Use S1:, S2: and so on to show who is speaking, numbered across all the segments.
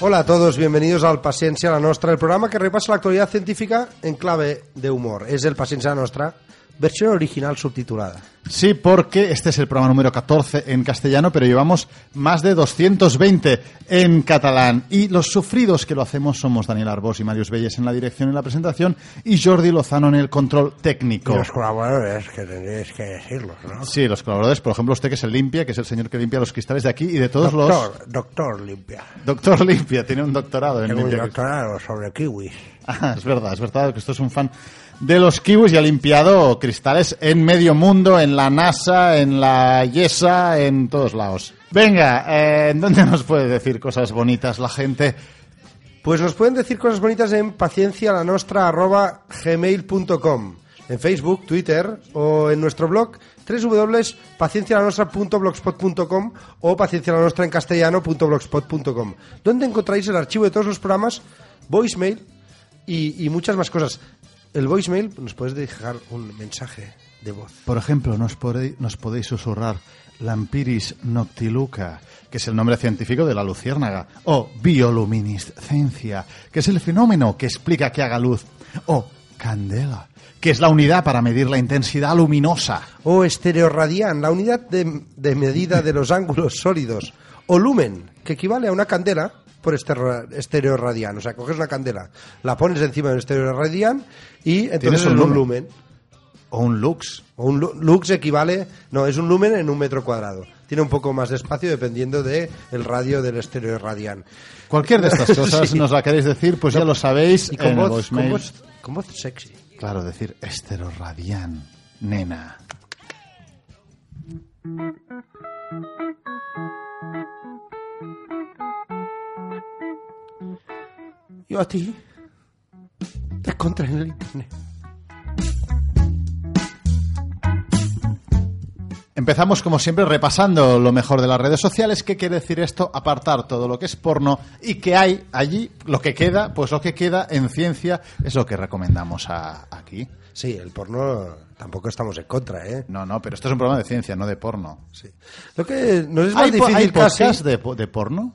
S1: Hola a todos, bienvenidos al Paciencia la Nostra, el programa que repasa la actualidad científica en clave de humor. Es el Paciencia la Nostra, versión original subtitulada.
S2: Sí, porque este es el programa número 14 en castellano, pero llevamos más de 220 en catalán. Y los sufridos que lo hacemos somos Daniel Arbós y Marius Belles en la dirección y la presentación y Jordi Lozano en el control técnico.
S3: Y los colaboradores, que tendréis que decirlos, ¿no?
S2: Sí, los colaboradores, por ejemplo, usted que es el limpia, que es el señor que limpia los cristales de aquí y de todos
S3: doctor,
S2: los...
S3: doctor limpia.
S2: Doctor limpia, tiene un doctorado en
S3: Tengo un
S2: limpia.
S3: doctorado sobre kiwis.
S2: Ah, es verdad, es verdad que esto es un fan de los kiwis y ha limpiado cristales en medio mundo, en la NASA, en la IESA, en todos lados. Venga, eh, ¿en dónde nos puede decir cosas bonitas la gente?
S1: Pues nos pueden decir cosas bonitas en paciencialanostra.gmail.com, en Facebook, Twitter o en nuestro blog www.paciencialanostra.blogspot.com o paciencialanostra en castellano.blogspot.com, donde encontráis el archivo de todos los programas, voicemail y, y muchas más cosas. El voicemail nos puedes dejar un mensaje de voz.
S2: Por ejemplo, nos, podéis- nos podéis susurrar Lampiris noctiluca, que es el nombre científico de la luciérnaga, o bioluminiscencia, que es el fenómeno que explica que haga luz, o candela, que es la unidad para medir la intensidad luminosa.
S1: o estereorradián, la unidad de, de medida de los ángulos sólidos, o lumen, que equivale a una candela por estero- estereorradián. O sea, coges una candela, la pones encima de un estereorradián y entonces
S2: Tienes
S1: es
S2: un
S1: un lumen.
S2: lumen. O un lux.
S1: O un lu- lux equivale, no, es un lumen en un metro cuadrado. Tiene un poco más de espacio dependiendo del el radio del estereorradián.
S2: Cualquier de estas cosas
S1: Sí.
S2: nos la queréis decir, pues ya lo sabéis.
S1: Y con
S2: en el
S1: voz, con
S2: voicemail.
S1: voz, con voz sexy.
S2: Claro, decir esterorradián, nena.
S1: Yo a ti te encontré en el internet.
S2: Empezamos, como siempre, repasando lo mejor de las redes sociales. ¿Qué quiere decir esto? Apartar todo lo que es porno y que hay allí, lo que queda, pues lo que queda en ciencia es lo que recomendamos a- aquí.
S1: Sí, el porno tampoco estamos en contra, ¿eh?
S2: No, no, pero esto es un programa de ciencia, no de porno.
S1: Sí. Lo que nos es más
S2: ¿Hay, po-
S1: difícil
S2: hay
S1: casi-
S2: podcasts de, po- de porno?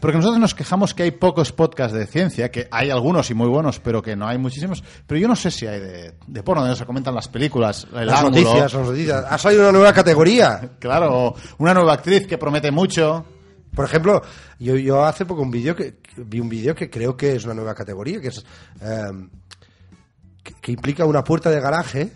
S2: Porque nosotros nos quejamos que hay pocos podcasts de ciencia, que hay algunos y muy buenos, pero que no hay muchísimos. Pero yo no sé si hay de, de porno, donde se comentan las películas, el
S1: las
S2: ángulo.
S1: noticias, las noticias. Ha salido una nueva categoría.
S2: Claro, o una nueva actriz que promete mucho.
S1: Por ejemplo, yo, yo hace poco un vídeo que, que vi un vídeo que creo que es una nueva categoría, que es eh, que, que implica una puerta de garaje,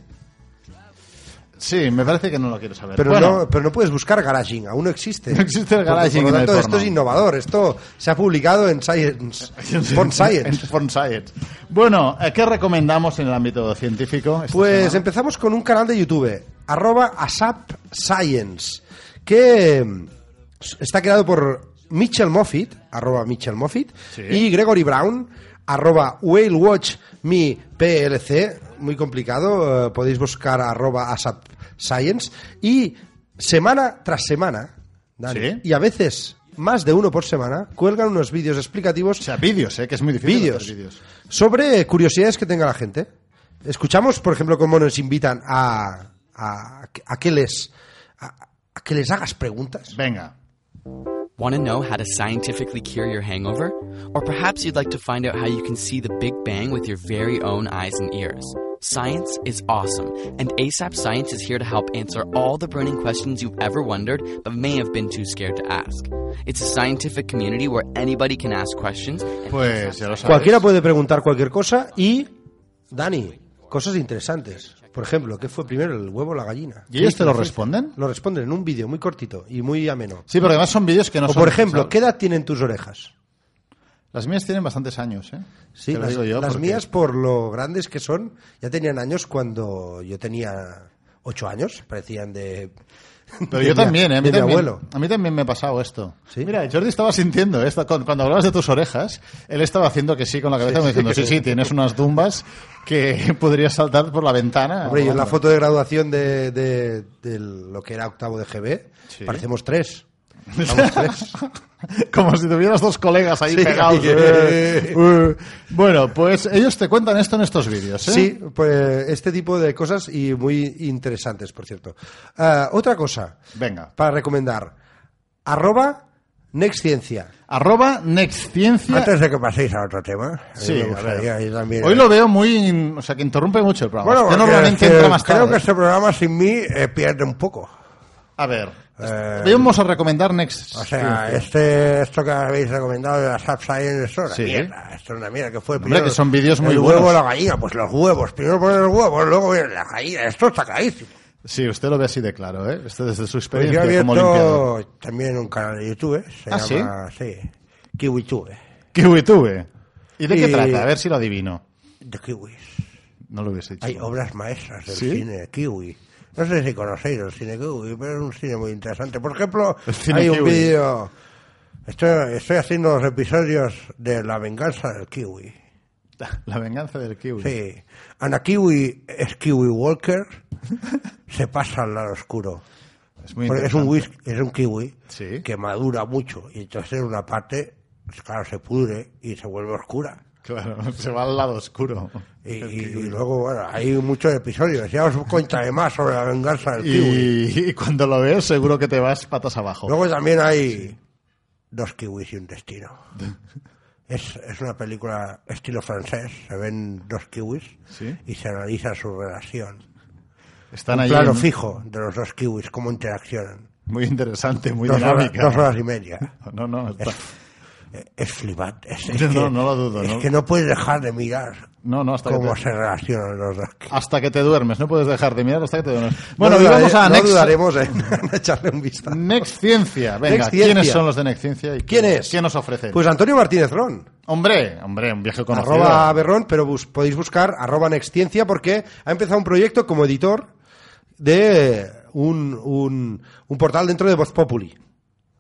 S2: Sí, me parece que no lo quiero saber.
S1: pero
S2: Bueno,
S1: no, pero no puedes buscar garaging, aún no existe.
S2: No existe el
S1: Por-
S2: garaging
S1: Por,
S2: en
S1: lo
S2: el
S1: tanto, esto
S2: porno.
S1: es innovador. Esto se ha publicado en Science, Porn
S2: en
S1: Science.
S2: Porn Science. Bueno, eh, ¿qué recomendamos en el ámbito científico? Este esta
S1: Pues
S2: semana?
S1: empezamos con un canal de YouTube, arroba ASAP Science, que mm, está creado por Mitchell Moffitt, arroba Mitchell Moffitt,
S2: Sí.
S1: y Gregory Brown, arroba Whale Watch Mi PLC, muy complicado, eh, podéis buscar arroba ASAP Science, y semana tras semana, Dani,
S2: Sí.
S1: y a veces más de uno por semana, cuelgan unos vídeos explicativos
S2: O sea, vídeos, eh, que es muy difícil.
S1: vídeos
S2: hacer vídeos.
S1: sobre curiosidades que tenga la gente. Escuchamos, por ejemplo, cómo nos invitan a, a, a que, les, a, a que les hagas preguntas.
S2: Venga.
S4: Want to know how to scientifically cure your hangover? Or perhaps you'd like to find out how you can see the Big Bang with your very own eyes and ears. Science is awesome, and ASAP Science is here to help answer all the burning questions you've ever wondered but may have been too scared to ask. It's a scientific community where anybody can ask questions. and
S2: Pues ya lo sabes.
S1: Cualquiera puede preguntar cualquier cosa y, Dani, cosas interesantes. Por ejemplo, ¿qué fue primero, el huevo o la gallina?
S2: ¿Y ellos te lo responden?
S1: Lo responden en un vídeo muy cortito y muy ameno.
S2: Sí, porque además son vídeos que no
S1: O,
S2: son...
S1: por ejemplo, ¿qué edad tienen tus orejas?
S2: Las mías tienen bastantes años, ¿eh?
S1: Sí,
S2: Te lo
S1: las,
S2: digo yo
S1: las
S2: porque-
S1: mías, por lo grandes que son, ya tenían años cuando yo tenía ocho años, parecían de.
S2: Pero
S1: de
S2: yo
S1: mi-
S2: también, ¿eh? A mí
S1: de mi
S2: también,
S1: abuelo.
S2: a mí también me ha pasado esto.
S1: ¿Sí?
S2: Mira, Jordi estaba sintiendo esto. Cuando, cuando hablabas de tus orejas, él estaba haciendo que sí con la cabeza, como diciendo, sí, sí, tienes unas dumbas que podrías saltar por la ventana.
S1: Hombre, yo en la
S2: Bueno,
S1: foto de graduación de, de- de lo que era octavo de GB,
S2: Sí.
S1: parecemos tres. Estamos tres.
S2: Como si tuvieras dos colegas ahí
S1: Sí,
S2: pegados.
S1: ahí,
S2: Eh, eh. Bueno, pues ellos te cuentan esto en estos vídeos, ¿eh?
S1: Sí, pues este tipo de cosas y muy interesantes, por cierto. Ah, otra cosa
S2: Venga.
S1: para recomendar: arroba Next Ciencia.
S2: Arroba nextciencia.
S3: Antes de que paséis a otro tema. a mí
S2: Sí,
S3: me
S2: a
S3: gustaría
S2: ver.
S3: ir también- eh.
S2: Hoy lo veo muy. O sea, que interrumpe mucho el programa.
S3: Bueno,
S2: Usted
S3: porque
S2: normalmente
S3: es que
S2: entra más
S3: creo
S2: tarde.
S3: que este programa sin mí eh, pierde un poco.
S2: A ver. este,
S3: Eh,
S2: Vamos a recomendar Next.
S3: O sea, este, esto que habéis recomendado de las apps ahí en esto, una
S2: Sí.
S3: mierda, esto es una mierda, que fue
S2: que son vídeos muy
S3: el huevo,
S2: buenos.
S3: la gallina, pues los huevos, primero poner los huevos, luego viene la gallina, esto está carísimo.
S2: Sí, usted lo ve así de claro, ¿eh? Esto desde su
S3: Pues
S2: experiencia
S3: yo he
S2: como limpiador.
S3: abierto también un canal de YouTube, se
S2: ¿Ah,
S3: llama, sí, KiwiTube,
S2: KiwiTube. eh? ¿Y de qué
S3: Y-
S2: trata? A ver si lo adivino.
S3: de kiwis.
S2: No lo hubiese dicho.
S3: Hay obras maestras del
S2: ¿Sí?
S3: cine kiwi. No sé si conocéis el cine kiwi, pero es un cine muy interesante. Por ejemplo,
S2: El cine
S3: hay un
S2: kiwi.
S3: vídeo. Estoy, estoy haciendo los episodios de La venganza del kiwi.
S2: La venganza del kiwi.
S3: Sí. Ana Kiwi es Kiwi Walker. Se pasa al lado oscuro.
S2: Es muy
S3: Porque es un
S2: interesante.
S3: whisky, es un kiwi
S2: Sí.
S3: que madura mucho. Y entonces una parte, pues, claro, se pudre y se vuelve oscura.
S2: Claro, se va al lado oscuro.
S3: Y, y- y luego, bueno, hay muchos episodios. Ya os contaré más sobre la venganza del kiwi.
S2: Y, y cuando lo veo seguro que te vas patas abajo.
S3: Luego también hay dos kiwis y un destino. Es, es una película estilo francés. Se ven dos kiwis
S2: Sí.
S3: y se analiza su relación.
S2: Están ahí
S3: Plano
S2: en-
S3: fijo de los dos kiwis, cómo interaccionan.
S2: muy interesante, muy
S3: Dos horas,
S2: dinámica. ¿eh?
S3: dos horas y media.
S2: No, no, está-
S3: Eh, Es flipante. Es,
S2: No,
S3: es que,
S2: no lo dudo,
S3: Es
S2: no.
S3: que no puedes dejar de mirar
S2: no, no, hasta que
S3: cómo
S2: te-
S3: se relacionan los dos kiwis.
S2: hasta que te duermes, no puedes dejar de mirar hasta que te duermes. Bueno,
S1: no
S2: y
S1: dudaré-
S2: vamos a
S1: no
S2: Next,
S1: dudaremos en, en echarle un vistazo.
S2: Next Ciencia. Venga,
S1: Next
S2: ¿quiénes
S1: Ciencia.
S2: son los de Next Ciencia? Y
S1: ¿Quién es?
S2: ¿Quién nos ofrece?
S1: Pues Antonio Martínez Ron.
S2: hombre, hombre, un viejo conocido.
S1: Arroba Berrón, pero bus- podéis buscar arroba Nextciencia porque ha empezado un proyecto como editor de un, un- un portal dentro de Voz Populi.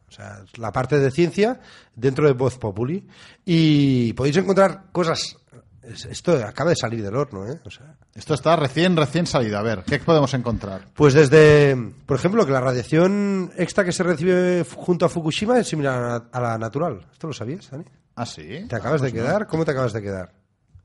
S1: O sea, la parte de ciencia dentro de Voz Populi. Y podéis encontrar cosas. es- Esto acaba de salir del horno, ¿eh? O sea,
S2: Esto está recién, recién salido. A ver, ¿qué podemos encontrar?
S1: Pues desde, por ejemplo, que la radiación extra que se recibe f- junto a Fukushima es similar a la- a la natural. ¿Esto lo sabías, Dani?
S2: Ah, sí.
S1: ¿Te acabas de quedar? ¿Cómo te acabas de quedar?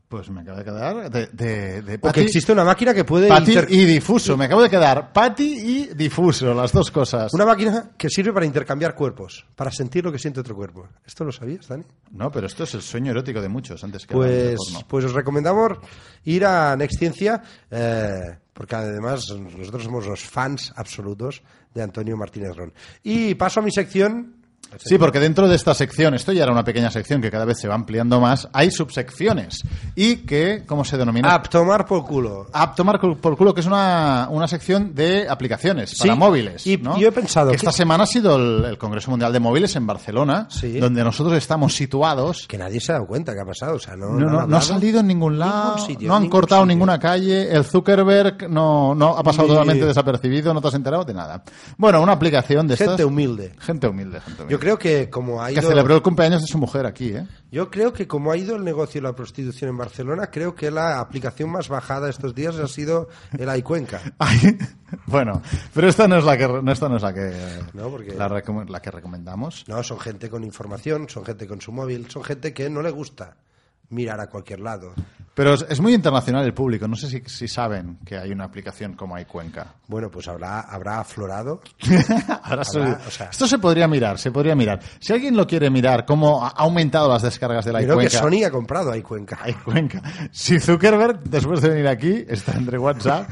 S2: Pues me acabo de quedar de, de, de
S1: Porque
S2: Patty-
S1: existe una máquina que puede...
S2: Patty
S1: inter-
S2: y difuso. Me acabo de quedar Patty y difuso, las dos cosas.
S1: Una máquina que sirve para intercambiar cuerpos, para sentir lo que siente otro cuerpo. ¿Esto lo sabías, Dani?
S2: No, pero esto es el sueño erótico de muchos antes que hablar de
S1: Pues,
S2: porno.
S1: pues os recomendamos ir a Nextciencia, eh, porque además nosotros somos los fans absolutos de Antonio Martínez Ron. Y paso a mi sección.
S2: Sí, porque dentro de esta sección, esto ya era una pequeña sección que cada vez se va ampliando más, hay subsecciones. Y que, ¿cómo se denomina?
S1: A tomar por culo.
S2: App tomar cu- por culo, que es una, una sección de aplicaciones para
S1: Sí,
S2: móviles.
S1: y-
S2: ¿no?
S1: y yo he pensado
S2: Que
S1: que-
S2: esta semana ha sido el, el Congreso Mundial de Móviles en Barcelona,
S1: Sí.
S2: donde nosotros estamos situados.
S1: Que nadie se ha dado cuenta que ha pasado. O sea, no,
S2: No,
S1: han
S2: no, no ha
S1: hablado.
S2: salido en ningún lado,
S1: Ningún sitio,
S2: no han
S1: ningún
S2: cortado
S1: sitio.
S2: ninguna calle, el Zuckerberg no, no ha pasado
S1: Ni-
S2: totalmente desapercibido, no te has enterado de nada. Bueno, una aplicación de
S1: Gente
S2: estas...
S1: humilde.
S2: Gente humilde, gente humilde.
S1: Yo creo que como ha
S2: que
S1: ido,
S2: celebró el cumpleaños de su mujer aquí, ¿eh?
S1: yo creo que como ha ido el negocio de la prostitución en Barcelona, creo que la aplicación más bajada estos días ha sido el iCuenca.
S2: Ay, bueno, pero esta no es la que no, esta no es la que
S1: No, porque-
S2: la, recom- la que recomendamos.
S1: No, son gente con información, son gente con su móvil, son gente que no le gusta mirar a cualquier lado.
S2: Pero es, es muy internacional el público. No sé si, si saben que hay una aplicación como hay Cuenca.
S1: Bueno, pues habrá, habrá aflorado.
S2: Ahora soy-
S1: Habrá, o sea-
S2: esto se podría mirar, se podría mirar. Si alguien lo quiere mirar, cómo ha ha aumentado las descargas de la
S1: Creo que
S2: iCuenca.
S1: Sony ha comprado a Cuenca.
S2: Hay Cuenca. Si Zuckerberg, después de venir aquí, está entre WhatsApp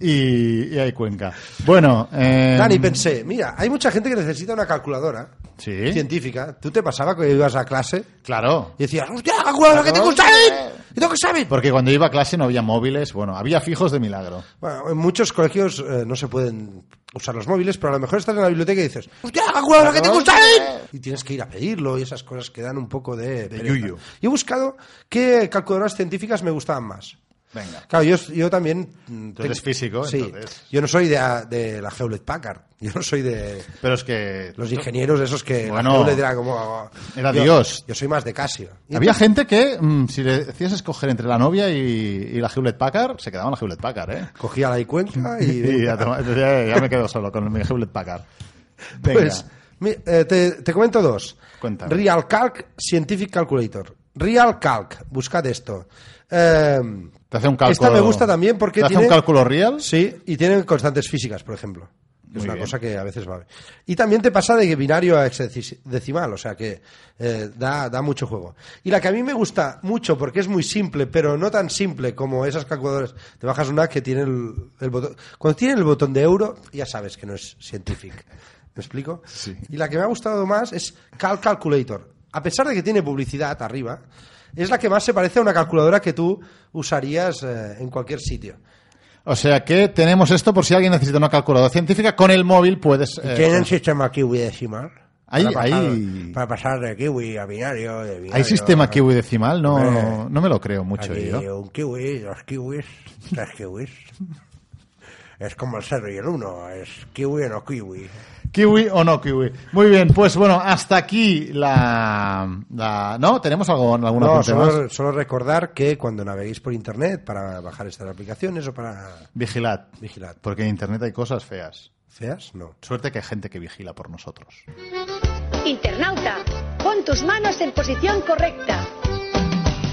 S2: y, y hay Cuenca. Bueno, eh,
S1: Dani, pensé, mira, hay mucha gente que necesita una calculadora
S2: Sí.
S1: científica. ¿Tú te pasaba que ibas a clase
S2: Claro,
S1: y decías, hostia, la calculadora que tengo que saber! ¡Que tengo que saber!
S2: porque cuando iba a clase no había móviles. Bueno, había fijos de milagro.
S1: Bueno, en muchos colegios eh, no se pueden usar los móviles, pero a lo mejor estás en la biblioteca y dices, ¡Hostia, la calculadora que tengo que usar! Y tienes que ir a pedirlo y esas cosas que dan un poco de... pereza.
S2: yuyu.
S1: Y he buscado qué calculadoras científicas me gustaban más.
S2: Venga.
S1: Claro, yo, yo también... mm,
S2: Tú eres físico,
S1: sí,
S2: entonces.
S1: yo no soy de, de la Hewlett Packard, yo no soy de...
S2: Pero es que.
S1: Los ingenieros esos que
S2: Bueno.
S1: la Hewlett era como...
S2: Era
S1: yo-
S2: Dios.
S1: Yo soy más de Casio. Y
S2: Había gente que, mm, si le decías escoger entre la novia y, y la Hewlett Packard, se quedaban la Hewlett Packard, ¿eh?
S1: Cogía la cuenta
S2: Y
S1: y...
S2: ya, toma- ya- ya me quedo solo con mi Hewlett Packard. Venga.
S1: Pues, mi- eh, te, te comento dos.
S2: Cuéntame.
S1: RealCalc Scientific Calculator. RealCalc, buscad esto. Eh,
S2: te hace un cálculo.
S1: Esta me gusta también porque
S2: Te hace
S1: tiene-
S2: un cálculo real.
S1: sí, y tienen constantes físicas, por ejemplo. Es
S2: Muy
S1: una
S2: bien.
S1: cosa que a veces vale. Y también te pasa de binario a hexadecimal, o sea que eh, da, da mucho juego. Y la que a mí me gusta mucho porque es muy simple, pero no tan simple como esas calculadoras. Te bajas una que tiene el, el botón. Cuando tiene el botón de euro, ya sabes que no es scientific. ¿Me explico?
S2: Sí.
S1: Y la que me ha gustado más es Cal Calculator. A pesar de que tiene publicidad arriba, es la que más se parece a una calculadora que tú usarías eh, en cualquier sitio.
S2: O sea que tenemos esto por si alguien necesita una calculadora científica. Con el móvil puedes. eh,
S3: ¿Tienen sistema kiwi decimal?
S2: Hay-
S3: para, pasar,
S2: hay-
S3: para pasar de kiwi a binario. de binario
S2: ¿Hay sistema
S3: a-
S2: kiwi decimal? No,
S3: Hombre.
S2: no me lo creo mucho ¿eh?
S3: Aquí
S2: yo.
S3: un kiwi, dos kiwis, tres kiwis. es como el 0 y el 1, es kiwi o no kiwi.
S2: ¿Kiwi o no kiwi? Muy bien, pues bueno, hasta aquí la... la- ¿No? ¿Tenemos algo, algún
S1: No,
S2: apunte más?
S1: solo, solo recordar que cuando naveguéis por internet para bajar estas aplicaciones o para
S2: Vigilad,
S1: vigilar
S2: porque en Internet hay cosas feas.
S1: feas, no.
S2: Suerte que hay gente que vigila por nosotros.
S5: Internauta, pon tus manos en posición correcta.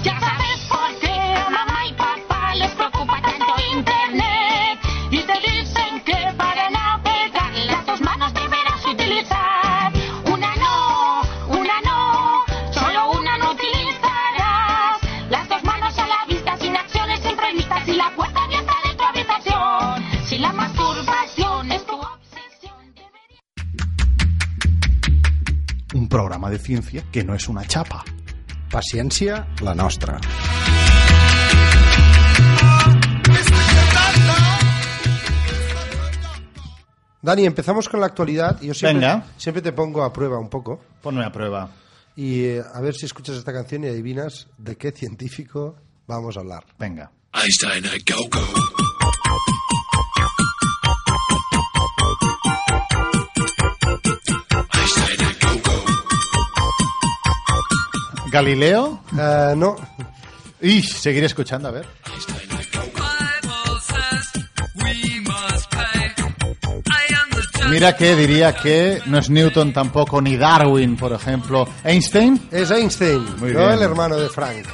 S6: Ya sabes por qué a mamá y papá les preocupa tanto Internet y te dicen que para navegar las dos manos deberás utilizar una no, una no, solo una no utilizarás las dos manos a la vista sin acciones imprevistas y la puerta abierta de tu habitación si la masturbación es tu obsesión deberías
S2: Un programa de ciencia que no es una chapa.
S1: Paciencia, la nostra. Dani, empezamos con la actualidad y yo siempre,
S2: Venga.
S1: siempre te pongo a prueba un poco
S2: Ponme a prueba.
S1: y eh, a ver si escuchas esta canción y adivinas de qué científico vamos a hablar.
S2: Venga.
S7: Einstein a go-go. Einstein a go-go.
S2: Galileo.
S1: Eh, no,
S2: Y seguiré escuchando, a ver.
S7: Einstein a go-go.
S8: Bible says we must pay. I am the judge.
S2: Mira que diría que no es Newton tampoco, ni Darwin, por ejemplo. Einstein.
S1: es Einstein,
S2: Muy
S1: no
S2: bien.
S1: el hermano de Frank.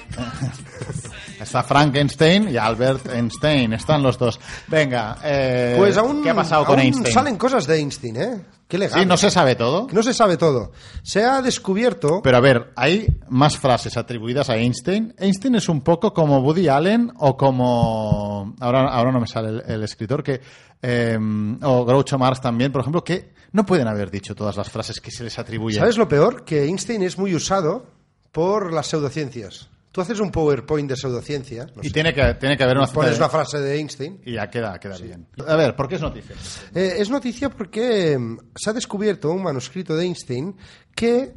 S2: Está Frank Einstein y Albert Einstein. Están los dos. Venga. eh,
S1: Pues aún,
S2: ¿Qué ha pasado con
S1: aún
S2: Einstein?
S1: salen cosas de Einstein, ¿eh? Qué legal.
S2: Sí, no se sabe todo.
S1: No se sabe todo. Se ha descubierto...
S2: Pero a ver, hay más frases atribuidas a Einstein. Einstein es un poco como Woody Allen o como. Ahora, ahora no me sale el, el escritor, que. eh, o Groucho Marx también, por ejemplo, que no pueden haber dicho todas las frases que se les atribuyen.
S1: ¿Sabes lo peor? Que Einstein es muy usado por las pseudociencias. Tú haces un PowerPoint de pseudociencia no
S2: Y
S1: sé,
S2: ¿eh? tiene que, tiene que haber una cita
S1: pones
S2: de-
S1: una frase de Einstein.
S2: Y ya queda, queda bien. A ver, ¿por qué es noticia?
S1: Eh, es noticia porque mm, se ha descubierto un manuscrito de Einstein que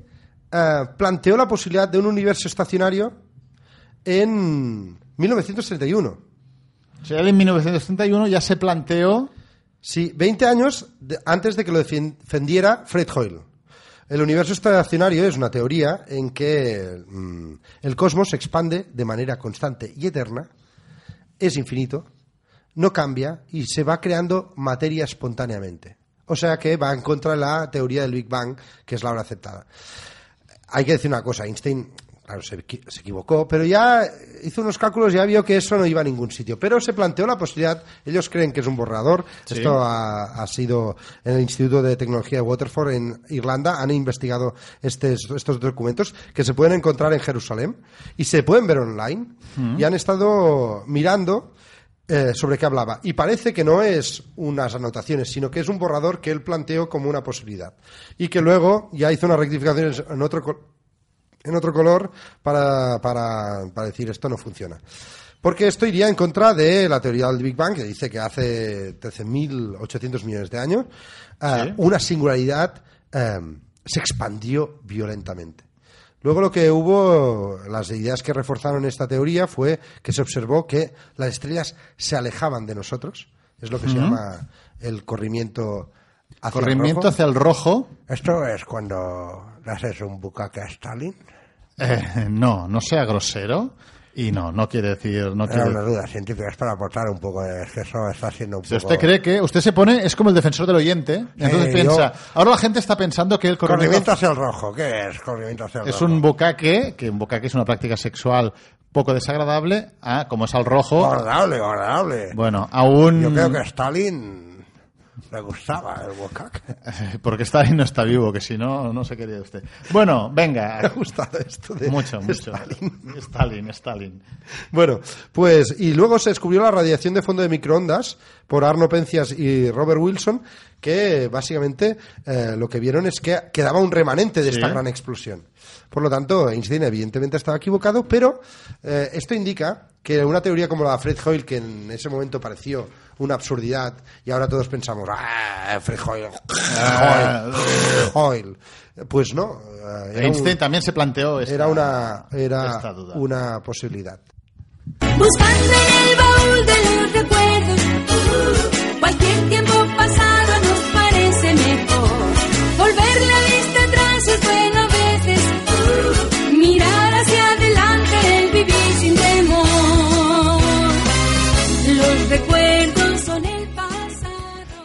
S1: eh, planteó la posibilidad de un universo estacionario en 1931.
S2: O sea, él en 1931 ya se planteó.
S1: Sí, 20 años de- antes de que lo defin- defendiera Fred Hoyle. El universo estacionario es una teoría en que mm, el cosmos se expande de manera constante y eterna, es infinito, no cambia y se va creando materia espontáneamente. O sea que va en contra de la teoría del Big Bang, que es la ahora aceptada. Hay que decir una cosa, Einstein, claro, se, equi- se equivocó, pero ya hizo unos cálculos, ya vio que eso no iba a ningún sitio. Pero se planteó la posibilidad, ellos creen que es un borrador,
S2: Sí.
S1: esto ha, ha sido en el Instituto de Tecnología de Waterford en Irlanda, han investigado estes- estos documentos que se pueden encontrar en Jerusalén y se pueden ver online y han estado mirando eh, sobre qué hablaba. Y parece que no es unas anotaciones, sino que es un borrador que él planteó como una posibilidad. Y que luego ya hizo unas rectificaciones en otro, col- en otro color para, para, para decir esto no funciona. Porque esto iría en contra de la teoría del Big Bang, que dice que hace 13.800 millones de años ah,
S2: Sí.
S1: una singularidad eh, se expandió violentamente. Luego lo que hubo, las ideas que reforzaron esta teoría fue que se observó que las estrellas se alejaban de nosotros, es lo que se llama el corrimiento hacia el
S2: corrimiento
S1: rojo.
S2: hacia el rojo.
S3: Esto es cuando le haces un bucaque a Stalin.
S2: Eh, no, no sea grosero. Y no, no quiere decir.
S1: Ah,
S2: No
S3: Era
S2: quiere
S3: una duda científica, es para aportar un poco de... Es que eso está siendo un
S2: Si
S3: poco...
S2: usted cree que usted se pone, es como el defensor del oyente, y entonces
S3: Eh,
S2: piensa,
S3: yo-
S2: ahora la gente está pensando que el
S3: Corrimiento
S2: corrimiento
S3: hacia el rojo, ¿qué es corrimiento hacia el
S2: es
S3: rojo?
S2: un bocaque, que un bocaque es una práctica sexual poco desagradable, a, como es al rojo,
S3: Agradable, agradable.
S2: bueno, a un...
S3: Yo creo que Stalin Le gustaba el wokak.
S2: Porque está ahí no está vivo, que si no, no se quería usted. Bueno,
S1: Me ha
S2: venga.
S1: gustado esto de
S2: Mucho, mucho.
S1: Stalin.
S2: Stalin, Stalin.
S1: Bueno, pues y luego se descubrió la radiación de fondo de microondas por Arno Pencias y Robert Wilson, que básicamente eh, lo que vieron es que quedaba un remanente de esta
S2: Sí.
S1: gran explosión. Por lo tanto, Einstein evidentemente estaba equivocado, pero eh, esto indica que una teoría como la de Fred Hoyle, que en ese momento pareció una absurdidad, y ahora todos pensamos, ¡ah, Fred Hoyle!
S2: Ah,
S1: Hoyle. Pues no. eh, era un-
S2: Einstein también se planteó esta,
S1: era una
S2: esta
S1: era
S2: duda.
S1: una posibilidad.
S9: Buscando en el baúl de los recuerdos, cualquier tiempo pasado nos parece mejor. Volver la vista atrás es bueno a veces, mirar hacia adelante el vivir sin temor. Los recuerdos son el pasado.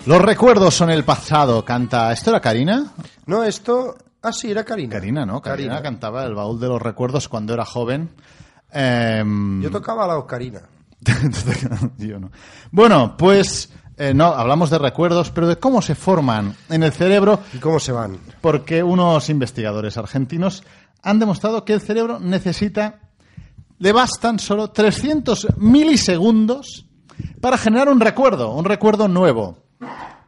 S2: Los recuerdos son el pasado, canta. ¿Esto era Karina?
S1: No, esto ah sí era Karina.
S2: Karina, ¿no? Karina,
S1: Karina.
S2: cantaba el baúl de los recuerdos cuando era joven. Em,
S1: Yo tocaba la ocarina.
S2: Yo no. Bueno, pues eh, no, hablamos de recuerdos, pero de cómo se forman en el cerebro,
S1: ¿Y cómo se van?
S2: porque unos investigadores argentinos han demostrado que el cerebro necesita, le bastan solo 300 milisegundos para generar un recuerdo, un recuerdo nuevo.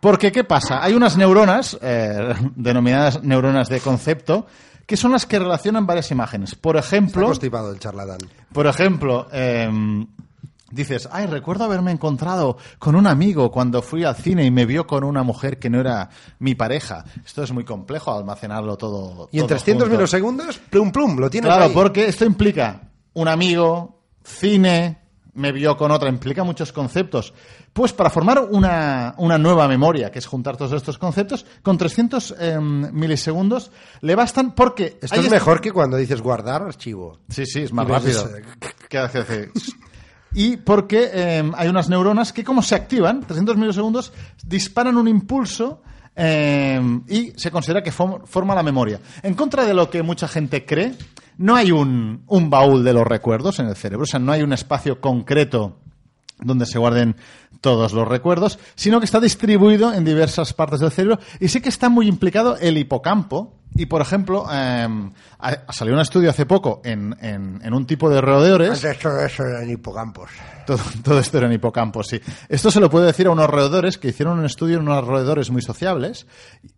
S2: Porque, ¿qué pasa? Hay unas neuronas, eh, denominadas neuronas de concepto, que son las que relacionan varias imágenes. Por
S1: Está
S2: ejemplo,
S1: constipado el charlatán.
S2: por ejemplo, eh, dices, ay, recuerdo haberme encontrado con un amigo cuando fui al cine y me vio con una mujer que no era mi pareja. Esto es muy complejo almacenarlo todo.
S1: Y en
S2: todo
S1: 300
S2: junto.
S1: milisegundos, plum plum, lo tienes
S2: Claro,
S1: ahí.
S2: porque esto implica un amigo, cine, me vio con otra, implica muchos conceptos. Pues para formar una, una nueva memoria, que es juntar todos estos conceptos, con 300 eh, milisegundos le bastan porque...
S1: Esto
S2: hay
S1: es
S2: est-
S1: mejor que cuando dices guardar archivo.
S2: Sí, sí, es más
S1: Y ves
S2: rápido.
S1: ese-
S2: ¿Qué hace? Hace- Y porque eh, hay unas neuronas que, como se activan, 300 milisegundos, disparan un impulso eh, y se considera que form- forma la memoria. En contra de lo que mucha gente cree, no hay un, un baúl de los recuerdos en el cerebro, o sea, no hay un espacio concreto donde se guarden todos los recuerdos, sino que está distribuido en diversas partes del cerebro y sí que está muy implicado el hipocampo. Y, por ejemplo, eh, ha- salió un estudio hace poco en, en- en un tipo de roedores.
S3: Antes todo eso eran hipocampos.
S2: Todo, todo esto era en hipocampo, sí. Esto se lo puedo decir a unos roedores que hicieron un estudio en unos roedores muy sociables,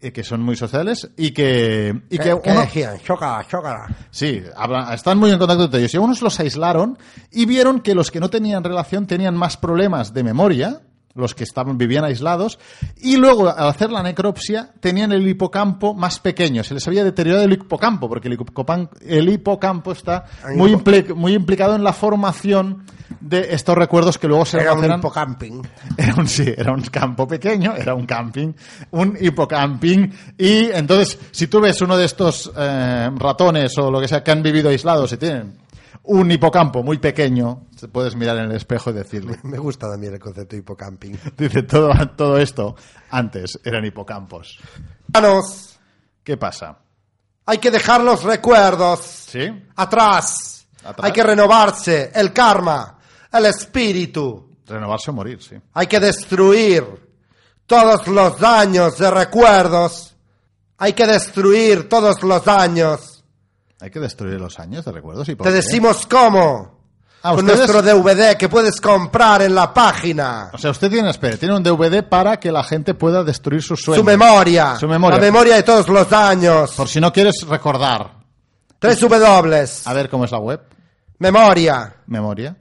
S2: eh, que son muy sociales, y que... Y
S3: ¿Qué,
S2: que
S3: qué
S2: uno-
S3: decían? Chócala, chócala.
S2: Sí, habla- están muy en contacto entre ellos. Y algunos los aislaron y vieron que los que no tenían relación tenían más problemas de memoria, los que estaban, vivían aislados, y luego al hacer la necropsia tenían el hipocampo más pequeño. Se les había deteriorado el hipocampo, porque el hipocopan- el hipocampo está muy, impli- muy implicado en la formación de estos recuerdos que luego se
S3: Era un
S2: almacenan-
S3: hipocamping.
S2: era un, sí, era un campo pequeño, era un camping, un hipocamping. Y entonces, si tú ves uno de estos eh, ratones o lo que sea que han vivido aislados y tienen un hipocampo muy pequeño, te puedes mirar en el espejo y decirle,
S1: Me gusta también el concepto de hipocamping.
S2: dice, todo, todo esto antes eran hipocampos.
S1: Hermanos,
S2: ¿Qué pasa?
S1: hay que dejar los recuerdos
S2: ¿Sí?
S1: atrás.
S2: Atrás.
S1: Hay que renovarse el karma, el espíritu.
S2: Renovarse o morir, sí.
S1: Hay que destruir todos los daños de recuerdos. Hay que destruir todos los daños.
S2: Hay que destruir los años de recuerdos y por
S1: Te
S2: qué?
S1: decimos cómo.
S2: Ah,
S1: Con
S2: ustedes-
S1: nuestro DVD que puedes comprar en la página.
S2: O sea, usted tiene, espere, tiene un DVD para que la gente pueda destruir sus sueños.
S1: Su memoria.
S2: Su memoria.
S1: La memoria de todos los daños.
S2: Por si no quieres recordar.
S1: Tres W.
S2: A ver cómo es la web.
S1: Memoria.
S2: Memoria.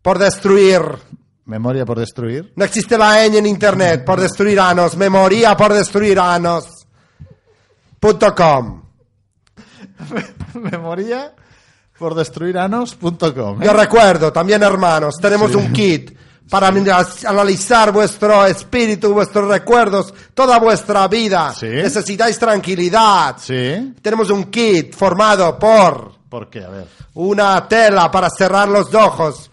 S1: Por destruir.
S2: Memoria por destruir.
S1: No existe la ñ en internet. Por destruir anos. Memoria por destruir anos. Punto com.
S2: Memoria por destruir anos.com.
S1: Yo recuerdo, también hermanos, tenemos un kit para anal- analizar vuestro espíritu, vuestros recuerdos, toda vuestra vida.
S2: Sí.
S1: Necesitáis tranquilidad.
S2: Sí.
S1: Tenemos un kit formado por
S2: ¿Por qué? A ver.
S1: una tela para cerrar los ojos.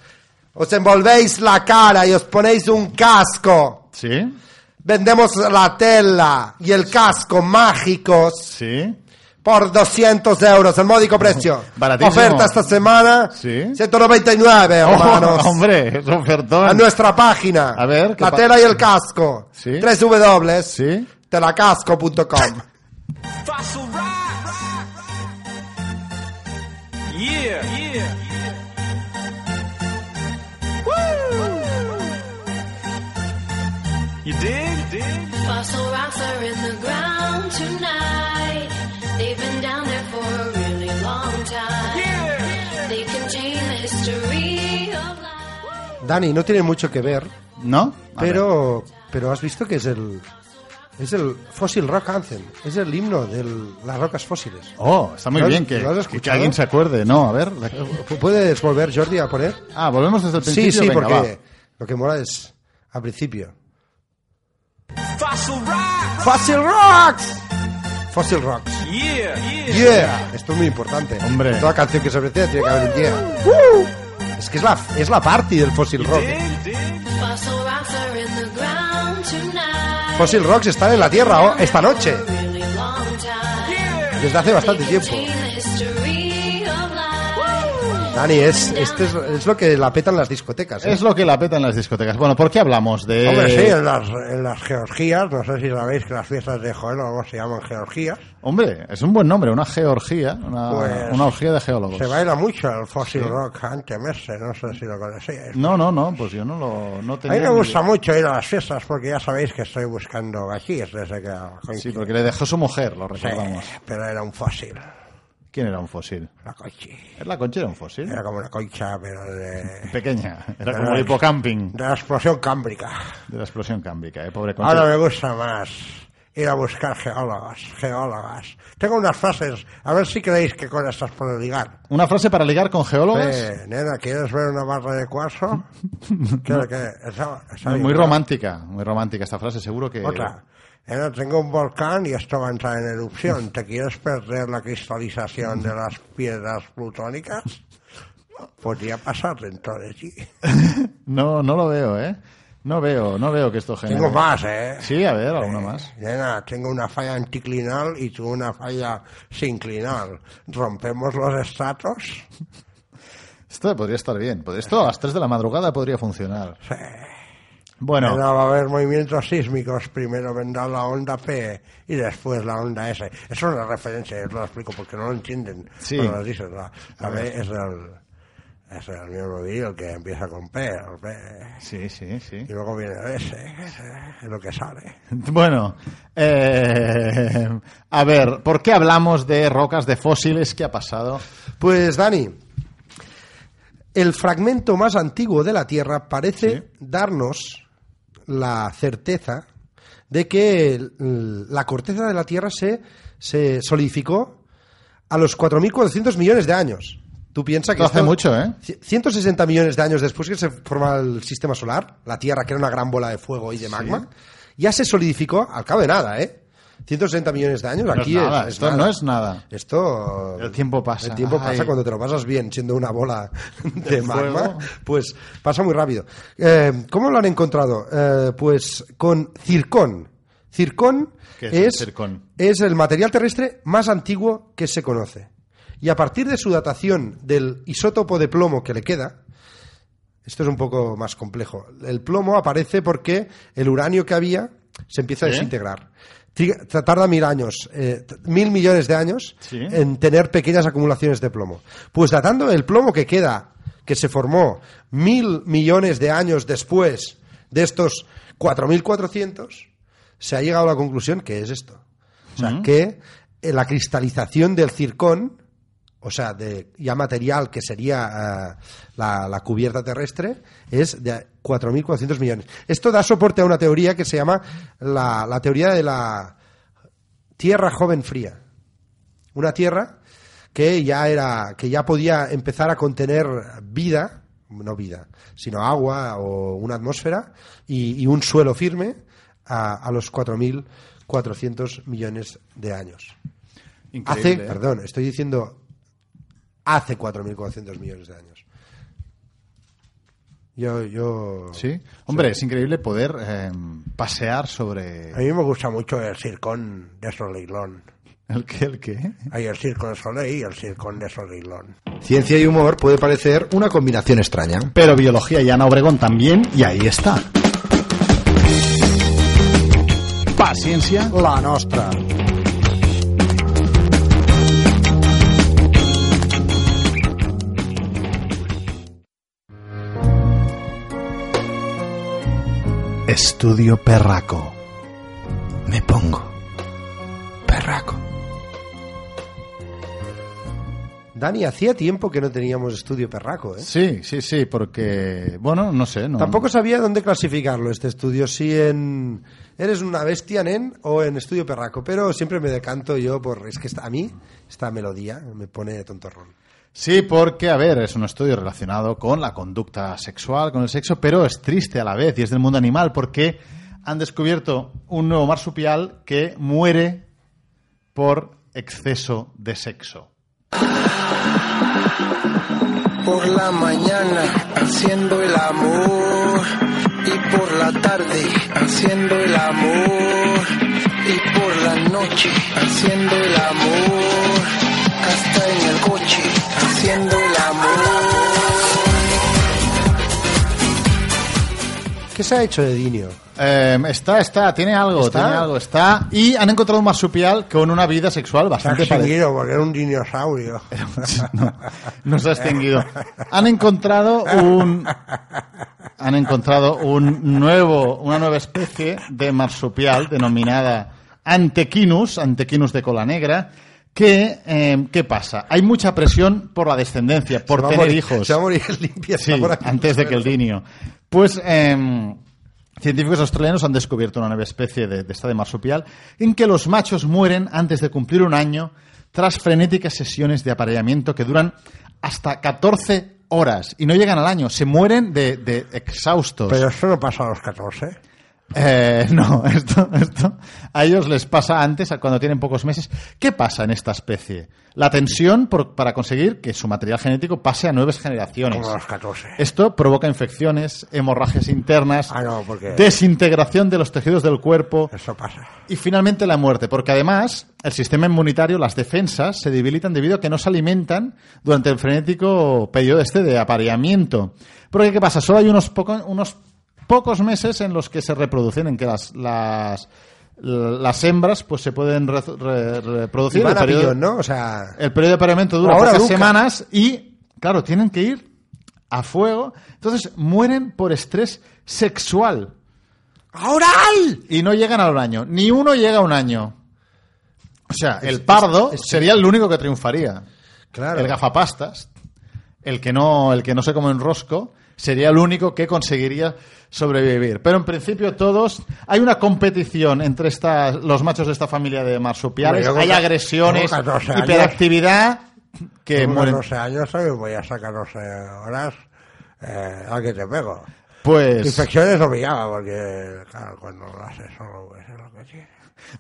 S1: Os envolvéis la cara y os ponéis un casco.
S2: Sí.
S1: Vendemos la tela y el casco mágicos
S2: Sí.
S1: por 200 euros, el módico precio.
S2: Baratísimo.
S1: Oferta esta semana,
S2: Sí.
S1: 199,
S2: Oh,
S1: hermanos.
S2: hombre, es ofertón.
S1: A nuestra página.
S2: A ver, ¿qué
S1: La
S2: pa-
S1: tela y el casco.
S2: Sí.
S1: Tres W.
S2: Sí.
S1: Telacasco.com.
S8: Fossil rock. Yeah. yeah. Woo! You dig? dig?
S9: Fossil rocks are in the ground tonight. They've been down there for a really long time. They contain the history of life.
S1: Dani, no tiene mucho que ver,
S2: ¿No? A ver.
S1: pero, pero has visto que es el. Es el Fossil Rock Anthem. Es el himno de las rocas fósiles.
S2: Oh, está muy
S1: ¿Lo has-
S2: bien que,
S1: lo has
S2: que- que
S1: escuchado?
S2: alguien se acuerde. No, a ver. la-
S1: ¿Pu- ¿Puedes volver, Jordi, a poner?
S2: Ah, volvemos desde el
S1: Sí,
S2: principio.
S1: sí,
S2: Venga,
S1: porque
S2: va.
S1: lo que mola es al principio.
S8: Fossil rock.
S1: Fossil Rocks. Fossil Rocks.
S8: Yeah. yeah.
S1: Yeah. Esto es muy importante.
S2: Hombre. Uh.
S1: Toda canción que se presenta tiene que haber un yeah. Es que es la, es la party del Fossil Rock.
S8: Dig? dig?
S9: Fossil rocks are in the ground tonight.
S1: Fossil Rocks están en la Tierra oh, esta noche,
S9: Really long time.
S1: desde hace bastante
S9: They
S1: tiempo.
S9: contain the history of life.
S1: Dani, es, este es, es lo que la petan las discotecas. ¿eh?
S2: Es lo que la peta en las discotecas. Bueno, ¿por qué hablamos de...?
S3: Hombre, sí, en las, en las Georgías, no sé si sabéis que las fiestas de Joel o algo se llaman Georgías,
S2: Hombre, es un buen nombre, una georgía, una,
S3: Pues,
S2: una orgía de geólogos.
S3: se baila mucho el Fossil Rock Anthem ese, no sé si lo conocéis.
S2: No, no, no, pues yo no lo no
S3: A mí
S2: tenía
S3: me
S2: ni
S3: gusta
S2: idea.
S3: mucho ir a las fiestas porque ya sabéis que estoy buscando gajís desde que
S2: Sí, porque le dejó su mujer, lo
S3: Sí,
S2: recordamos.
S3: pero era un fósil,
S2: ¿Quién era un fósil?
S3: la Conchi.
S2: ¿Es la concha era un fósil?
S3: Era como una concha, pero de,
S2: Pequeña, era
S3: Pero
S2: como el
S3: es-
S2: hipocamping
S3: de la explosión cámbrica.
S2: de la explosión cámbica, ¿eh? Pobre concha.
S3: Ahora me gusta más ir a buscar geólogas, geólogas. Tengo unas frases, a ver si creéis que con estas puedo ligar.
S2: ¿Una frase para ligar con geólogas?
S3: Eh, nena, ¿quieres ver una barra de cuarzo? Creo que esa- esa-
S2: Muy romántica, muy romántica esta frase, seguro que...
S3: Otra. Nena, tengo un volcán y esto va a entrar en erupción. ¿Te quieres perder la cristalización de las piedras plutónicas? Podría pasar dentro de ti.
S2: No, no lo veo, ¿eh? No veo, no veo que esto genere...
S3: Tengo más, ¿eh?
S2: Sí, a ver, alguna más.
S3: Nena, tengo una falla anticlinal y tú una falla sinclinal. ¿Rompemos los estratos?
S2: Esto podría estar bien. Pod- Esto a las 3 de la madrugada podría funcionar. Bueno,
S3: Nena, va a haber movimientos sísmicos. Primero vendrá la onda P y después la onda S. Eso es una referencia, yo te lo explico porque no lo entienden.
S2: Sí.
S3: Cuando lo dicen, la, la B es el, es el miembro viril que empieza con P, el P.
S2: sí, sí, sí.
S3: Y luego viene el S, es lo que sale.
S2: Bueno, eh, a ver, ¿por qué hablamos de rocas de fósiles? ¿Qué ha pasado?
S1: Pues Dani, el fragmento más antiguo de la Tierra parece
S2: Sí.
S1: darnos la certeza de que el- la corteza de la Tierra se, se solidificó a los 4.400 millones de años. Tú piensas que
S2: Esto hace mucho, ¿eh?
S1: ci- 160 millones de años después que se forma el sistema solar, la Tierra, que era una gran bola de fuego y de magma, ya se solidificó al cabo de nada, ¿eh? 160 millones de años
S2: No es
S1: aquí
S2: nada, esto no es nada.
S1: Esto.
S2: El tiempo pasa.
S1: El tiempo pasa
S2: Ay.
S1: cuando te lo pasas bien siendo una bola de magma,
S2: fuego.
S1: pues pasa muy rápido. Eh, ¿Cómo lo han encontrado? Eh, pues con circón. Circón
S2: ¿Qué es el
S1: es,
S2: circón?
S1: es el material terrestre más antiguo que se conoce. Y a partir de su datación del isótopo de plomo que le queda, esto es un poco más complejo. El plomo aparece porque el uranio que había se empieza a
S2: Sí.
S1: desintegrar. Tri- ta- Tarda mil años, eh, t- mil millones de años
S2: Sí.
S1: en tener pequeñas acumulaciones de plomo. Pues datando el plomo que queda, que se formó mil millones de años después de estos 4.400, se ha llegado a la conclusión que es esto. O sea, que eh, la cristalización del circón, o sea, de ya material que sería eh, la, la cubierta terrestre, es de 4.400 millones. Esto da soporte a una teoría que se llama la, la teoría de la Tierra joven fría. Una Tierra que ya era que ya podía empezar a contener vida, no vida, sino agua o una atmósfera y, y un suelo firme a, a los 4.400 millones de años. Hace,
S2: Increíble, ¿eh?
S1: perdón, estoy diciendo hace 4.400 millones de años. Yo, yo.
S2: Sí, hombre, es increíble poder eh, pasear sobre...
S3: A mí me gusta mucho el circón de Soleilón.
S2: ¿El qué? ¿El qué?
S3: Hay el Circo de Soleil y el Circo de Solilón.
S1: Ciencia y humor puede parecer una combinación extraña.
S2: Pero biología y Ana Obregón también, y ahí está. Paciencia.
S1: La nostra.
S2: Estudio Perraco.
S4: Me pongo perraco.
S1: Dani, hacía tiempo que no teníamos estudio perraco, ¿eh?
S2: Sí, sí, sí, porque, bueno, no sé. No,
S1: Tampoco sabía dónde clasificarlo este estudio, si en Eres una bestia, nen, o en Estudio Perraco, pero siempre me decanto yo por... Es que esta- a mí esta melodía me pone de tontorrón.
S2: Sí, porque, a ver, es un estudio relacionado con la conducta sexual, con el sexo, pero es triste a la vez y es del mundo animal porque han descubierto un nuevo marsupial que muere por exceso de sexo.
S8: Por la mañana haciendo el amor y por la tarde haciendo el amor y por la noche haciendo el amor hasta en el coche haciendo el amor.
S1: ¿Qué se ha hecho de Dinio?
S2: Eh, está, está, tiene algo,
S1: ¿Está?
S2: tiene algo, está. Y han encontrado un marsupial con una vida sexual
S3: Se ha
S2: bastante parecida.
S3: extinguido porque era un dinosaurio.
S2: no, no se ha extinguido. Han encontrado un han encontrado un nuevo, una nueva especie de marsupial denominada Antequinus, Antequinus de cola negra, que eh, ¿qué pasa? Hay mucha presión por la descendencia, por
S1: Se va a
S2: tener
S1: morir-
S2: hijos.
S1: Se va a morir limpia
S2: Sí,
S1: se va por aquí.
S2: antes de que el dinio. Pues eh, científicos australianos han descubierto una nueva especie de, de esta de marsupial en que los machos mueren antes de cumplir un año tras frenéticas sesiones de apareamiento que duran hasta 14 horas y no llegan al año, se mueren de, de exhaustos.
S3: Pero esto no pasa a los 14.
S2: Eh, no, esto, esto a ellos les pasa antes, a cuando tienen pocos meses. ¿Qué pasa en esta especie? La tensión por- para conseguir que su material genético pase a nuevas generaciones.
S3: Como a los 14.
S2: Esto provoca infecciones, hemorragias internas,
S3: Ah, no, porque-
S2: desintegración de los tejidos del cuerpo
S3: Eso pasa.
S2: y finalmente la muerte, porque además el sistema inmunitario, las defensas, se debilitan debido a que no se alimentan durante el frenético periodo este de apareamiento. Porque, ¿qué pasa? Solo hay unos, poco- unos pocos meses en los que se reproducen, en que las... las las hembras pues se pueden re- re- reproducir
S1: Y van
S2: el
S1: a
S2: periodo-
S1: pillón, ¿no? O sea...
S2: el periodo de apareamiento dura
S1: Ahora
S2: pocas
S1: Luca.
S2: semanas y, claro, tienen que ir a fuego. Entonces mueren por estrés sexual
S1: ¡Oral!
S2: y no llegan al año. Ni uno llega a un año. O sea, el pardo sería el único que triunfaría.
S1: Claro.
S2: El gafapastas, el que no, el que no se come un rosco, sería el único que conseguiría sobrevivir. Pero en principio todos hay una competición entre esta- los machos de esta familia de marsupiales.
S3: Hombre, yo
S2: hay
S3: con-
S2: agresiones,
S3: con 14 años-
S2: hiperactividad que
S3: Tengo
S2: mueren.
S3: 12 años hoy voy a sacar 12 horas eh, al que te pego.
S2: Pues
S3: Infecciones obligaba porque, claro, cuando lo haces solo, pues es lo que tiene.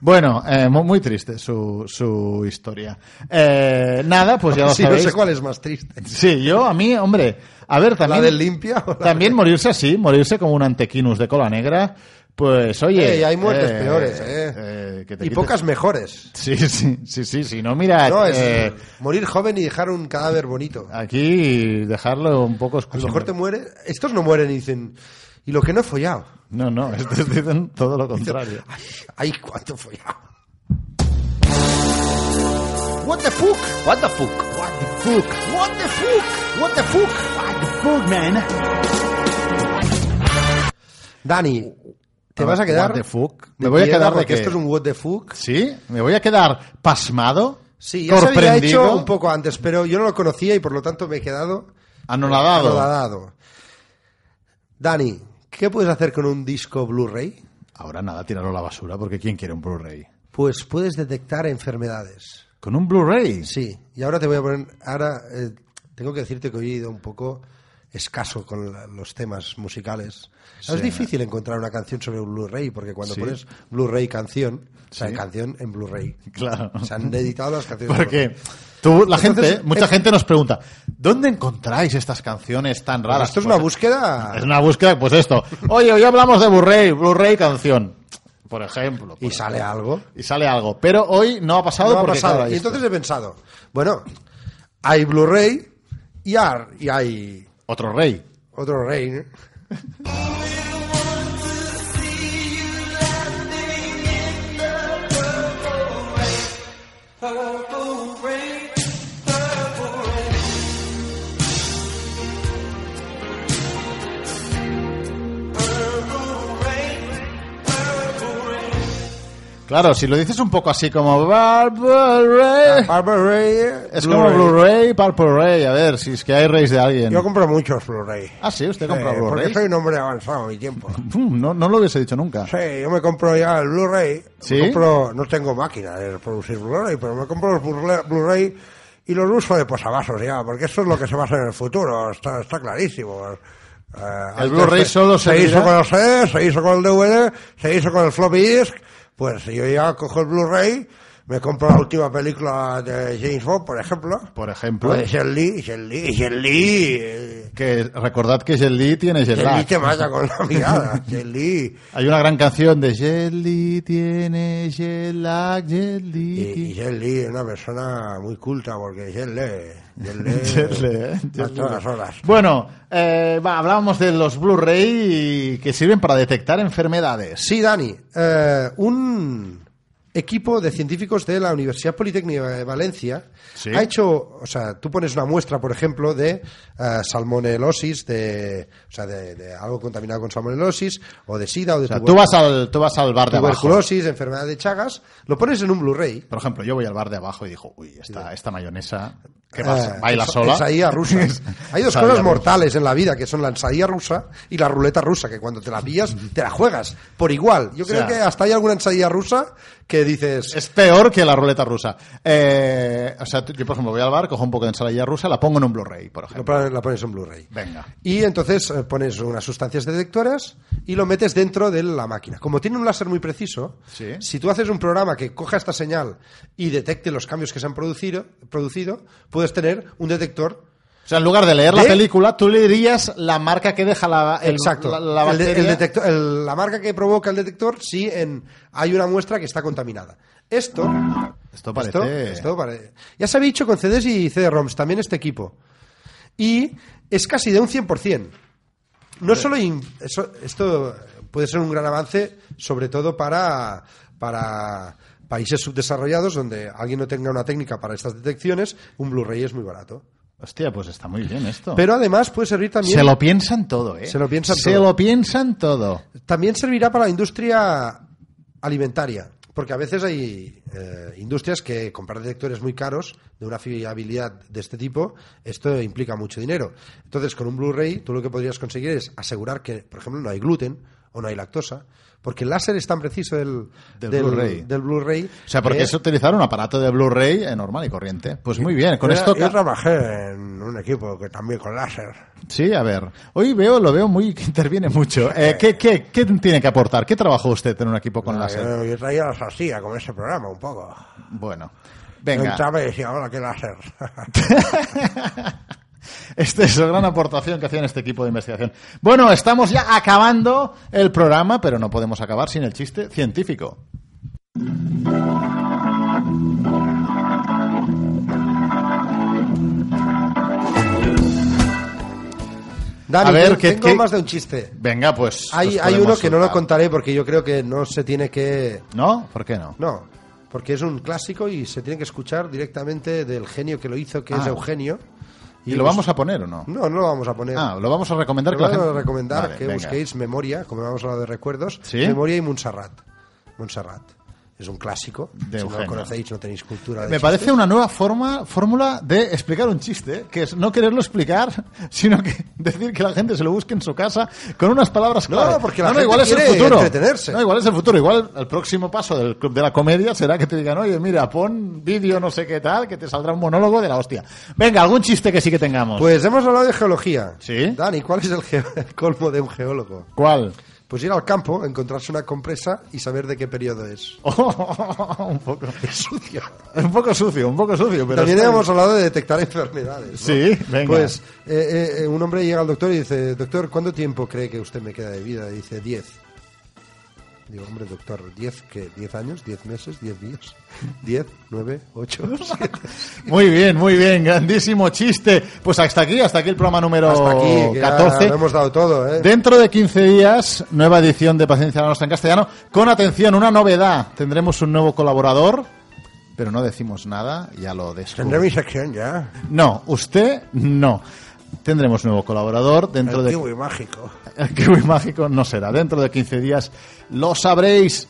S2: bueno, eh, mu- muy triste su, su historia. Eh, nada, pues ya lo
S1: sí,
S2: sabéis.
S1: no sé cuál es más triste.
S2: Sí, yo, a mí, hombre, a ver,
S1: ¿La
S2: también...
S1: del limpia o la
S2: También morirse así, morirse como un antequinus de cola negra, pues oye...
S1: Eh, hay muertes
S2: eh,
S1: peores, ¿eh?
S2: eh, que te
S1: y
S2: quites.
S1: pocas mejores.
S2: Sí, sí, sí, sí, sí, no, mira,
S1: No, es
S2: eh, ah,
S1: morir joven y dejar un cadáver bonito.
S2: aquí dejarlo un poco
S1: A
S2: oscuro.
S1: lo mejor te muere. Estos no mueren y dicen. Y lo que no he follado.
S2: No, no, estos dicen todo lo contrario.
S1: Ay, ay, cuánto he follado. What the fuck? What the fuck? What the fuck? What the fuck? What the fuck? Dani, te vas a quedar.
S2: What the fuck?
S1: de
S2: Me voy a
S1: piedra
S2: quedar de
S1: porque
S2: que-
S1: esto es un what the fuck.
S2: ¿Sí? ¿Me voy a quedar pasmado?
S1: Sí, ya se había hecho un poco antes, pero yo no lo conocía y por lo tanto me he quedado
S2: Anonadado.
S1: anonadado. Dani, ¿qué puedes hacer con un disco Blu-ray?
S2: Ahora nada, tirarlo a la basura, porque ¿quién quiere un Blu-ray?
S1: Pues puedes detectar enfermedades.
S2: ¿Con un Blu-ray?
S1: Sí, y ahora te voy a poner. Ahora eh, tengo que decirte que hoy he ido un poco escaso con la- los temas musicales. Es difícil encontrar una canción sobre un Blu-ray, porque cuando
S2: Sí.
S1: pones Blu-ray canción, o sea,
S2: Sí.
S1: canción en Blu-ray.
S2: Claro.
S1: Se han editado las canciones. en
S2: Porque tú, la
S1: Entonces,
S2: gente, mucha
S1: eh,
S2: gente nos pregunta, ¿dónde encontráis estas canciones tan
S1: Blu-ray.
S2: raras?
S1: Esto es
S2: Pues,
S1: una búsqueda.
S2: Es una búsqueda, pues esto. Oye, hoy hablamos de Blu-ray, Blu-ray canción. por ejemplo.
S1: Y
S2: por-
S1: sale algo.
S2: y sale algo. Pero hoy no ha pasado
S1: No ha
S2: porque,
S1: pasado.
S2: claro,
S1: Y
S2: esto-
S1: entonces he pensado, bueno, hay Blu-ray y, ar- y hay
S2: otro rey.
S1: otro ¿eh? rey. ¿no?
S2: Claro, si lo dices un poco así como Barbara
S1: Barbara Rey,
S2: es
S1: Blu-ray.
S2: como Blu-ray, Purple Ray, a ver, si es que hay reyes de alguien.
S1: Yo compro muchos Blu-ray.
S2: Ah, sí, usted compra
S1: Eh,
S2: Blu-ray.
S1: porque soy un hombre avanzado a mi tiempo.
S2: Mm, No, no lo hubiese dicho nunca.
S1: Sí, yo me compro ya el Blu-ray. Me
S2: ¿Sí?
S1: compro- no tengo máquina de reproducir Blu-ray, pero me compro los Blu-ray- Blu-ray y los uso de posavasos ya, porque eso es lo que se va a hacer en el futuro, está, está clarísimo. Eh, antes
S2: Blu-ray
S1: se-
S2: solo
S1: se
S2: servirá-
S1: hizo con el CD, se hizo con el DVD, se hizo con el floppy disk. Pues yo ya cojo el Blu-ray, me compro la última película de James Bond, por ejemplo.
S2: Por ejemplo,
S1: Pues Jet Li, Jet Li, Jet Li. eh,
S2: que recordad que Jelly tiene
S1: Jet Li
S2: Jelly.
S1: te mata con la mirada. Jet Li.
S2: Hay una gran canción de Jelly tiene Jelly, Jelly
S1: Y, y
S2: tiene...
S1: Jet Li eh, es una persona muy culta porque Jet Li, Jet Li,
S2: Jet Li, ¿eh?
S1: a
S2: Jet
S1: todas horas.
S2: Bueno, eh, va, hablábamos de los Blu-ray que sirven para detectar enfermedades.
S1: Sí, Dani, eh, un equipo de científicos de la Universidad Politécnica de Valencia
S2: Sí.
S1: ha hecho, o sea, tú pones una muestra, por ejemplo, de eh, salmonelosis, de, o sea, de, de algo contaminado con salmonelosis, o de sida, o de
S2: O sea,
S1: tuber-
S2: tú vas al, tú vas al bar de abajo.
S1: tuberculosis, enfermedad de Chagas, lo pones en un Blu-ray.
S2: Por ejemplo, yo voy al bar de abajo y digo, uy, esta, esta mayonesa, ¿qué
S1: Eh,
S2: pasa? ¿Baila
S1: ensa-
S2: sola?
S1: ensaía rusa. Hay dos
S2: Ensaía
S1: cosas
S2: rusa.
S1: mortales en la vida, que son la ensaía rusa y la ruleta rusa, que cuando te la pillas, te la juegas por igual. Yo
S2: O
S1: creo
S2: sea,
S1: que hasta hay alguna ensaía rusa que dices...
S2: Es peor que la ruleta rusa. Eh, o sea, tú- yo, por ejemplo, voy al bar, cojo un poco de ensalada rusa, la pongo en un Blu-ray, por
S1: lo
S2: ejemplo.
S1: pon- La pones en Blu-ray.
S2: Venga.
S1: Y entonces eh, pones unas sustancias detectoras y lo metes dentro de la máquina. Como tiene un láser muy preciso,
S2: Sí.
S1: si tú haces un programa que coja esta señal y detecte los cambios que se han producido, producido puedes tener un detector
S2: O sea, en lugar de leer la
S1: ¿De?
S2: película, tú leerías la marca que deja la, el-
S1: Exacto.
S2: la, la
S1: El de- el
S2: bacteria.
S1: detector- el- la marca que provoca el detector, sí, en, hay una muestra que está contaminada. Esto.
S2: Esto parece-
S1: esto pare- Ya se había hecho con CDs y CD-ROMs, también este equipo. Y es casi de un 100%. No solo. in- eso- esto puede ser un gran avance, sobre todo para. para países subdesarrollados donde alguien no tenga una técnica para estas detecciones, un Blu-ray es muy barato.
S2: Hostia, pues está muy bien esto.
S1: Pero además puede servir también
S2: se lo piensan todo, ¿eh?
S1: Se lo piensan
S2: Se
S1: todo.
S2: lo piensan todo.
S1: También servirá para la industria alimentaria, porque a veces hay eh, industrias que comprar detectores muy caros de una fiabilidad de este tipo, esto implica mucho dinero. Entonces, con un Blu-ray, tú lo que podrías conseguir es asegurar que, por ejemplo, no hay gluten o no hay lactosa, porque el láser es tan preciso del,
S2: Del Blu-ray.
S1: del Blu-ray
S2: O sea, porque
S1: que-
S2: es utilizar un aparato de Blu-ray eh, normal y corriente. Pues muy bien, con
S1: Yo-
S2: esto...
S1: yo
S2: ca-
S3: Trabajé en un equipo que también con láser.
S2: Sí, a ver. Hoy veo, lo veo muy que interviene mucho. Eh, ¿qué, qué, qué tiene que aportar? ¿Qué trabajó usted en un equipo con láser?
S3: Yo, yo traía la sastía con ese programa un poco.
S2: Bueno,
S3: Yo
S2: venga.
S3: entraba y decía, hola, qué láser.
S2: Esta es la gran aportación que hacían este equipo de investigación. Bueno, estamos ya acabando el programa, pero no podemos acabar sin el chiste científico.
S1: Dani,
S2: A ver,
S1: yo
S2: ¿qué-
S1: tengo
S2: qué-
S1: más de un chiste.
S2: Venga, pues.
S1: Hay,
S2: pues
S1: hay uno
S2: podemos
S1: que no lo
S2: soltar.
S1: contaré porque yo creo que no se tiene que
S2: ¿No? ¿Por qué no?
S1: No, porque es un clásico y se tiene que escuchar directamente del genio que lo hizo, que
S2: Ah.
S1: es Eugenio. pues,
S2: ¿Y lo vamos a poner o no?
S1: No, no lo vamos a poner.
S2: Ah, lo vamos a recomendar
S1: Pero
S2: que la
S1: vamos a
S2: gente-
S1: recomendar
S2: Vale,
S1: que
S2: venga.
S1: busquéis Memoria, como hemos hablado de recuerdos,
S2: ¿Sí?
S1: Memoria y Montserrat. Montserrat. Es un clásico.
S2: De
S1: si no
S2: Eugenio.
S1: lo conocéis, no tenéis cultura. de
S2: Me
S1: chistes.
S2: parece una nueva forma, fórmula de explicar un chiste, que es no quererlo explicar, sino que decir que la gente se lo busque en su casa con unas palabras
S1: No,
S2: clave.
S1: porque la gente quiere entretenerse.
S2: No, igual es el futuro. Igual el próximo paso del club de la comedia será que te digan, oye, mira, pon vídeo no sé qué tal, que te saldrá un monólogo de la hostia. Venga, algún chiste que sí que tengamos.
S1: Pues hemos hablado de geología.
S2: Sí.
S1: Dani, ¿cuál es el, ge- el colmo de un geólogo?
S2: ¿Cuál?
S1: Pues ir al campo, encontrarse una compresa y saber de qué periodo es.
S2: Oh, un poco.
S1: Sucio.
S2: Un poco sucio, un poco sucio, pero.
S1: También
S2: está bien.
S1: hemos hablado de detectar enfermedades. ¿no?
S2: Sí, venga.
S1: Pues eh, eh, un hombre llega al doctor y dice, doctor, ¿cuánto tiempo cree que usted me queda de vida? Y dice, 10. Digo, hombre, doctor, 10, ¿qué? ¿10 años? ¿10 meses? ¿10 días? ¿10? ¿9? ¿8?
S2: Muy bien, muy bien, grandísimo chiste. Pues hasta aquí, hasta aquí el programa número
S1: Hasta aquí, que ya
S2: 14.
S1: lo hemos dado todo, ¿eh?
S2: Dentro de 15 días, nueva edición de Paciencia la Nuestra en castellano. Con atención, una novedad. Tendremos un nuevo colaborador, pero no decimos nada, ya lo
S3: Tendré mi
S2: descubrimos.
S3: sección ya.
S2: No, usted no. Tendremos nuevo colaborador dentro de...
S3: Antiguo y mágico.
S2: El kiwi mágico no será. Dentro de 15 días lo sabréis.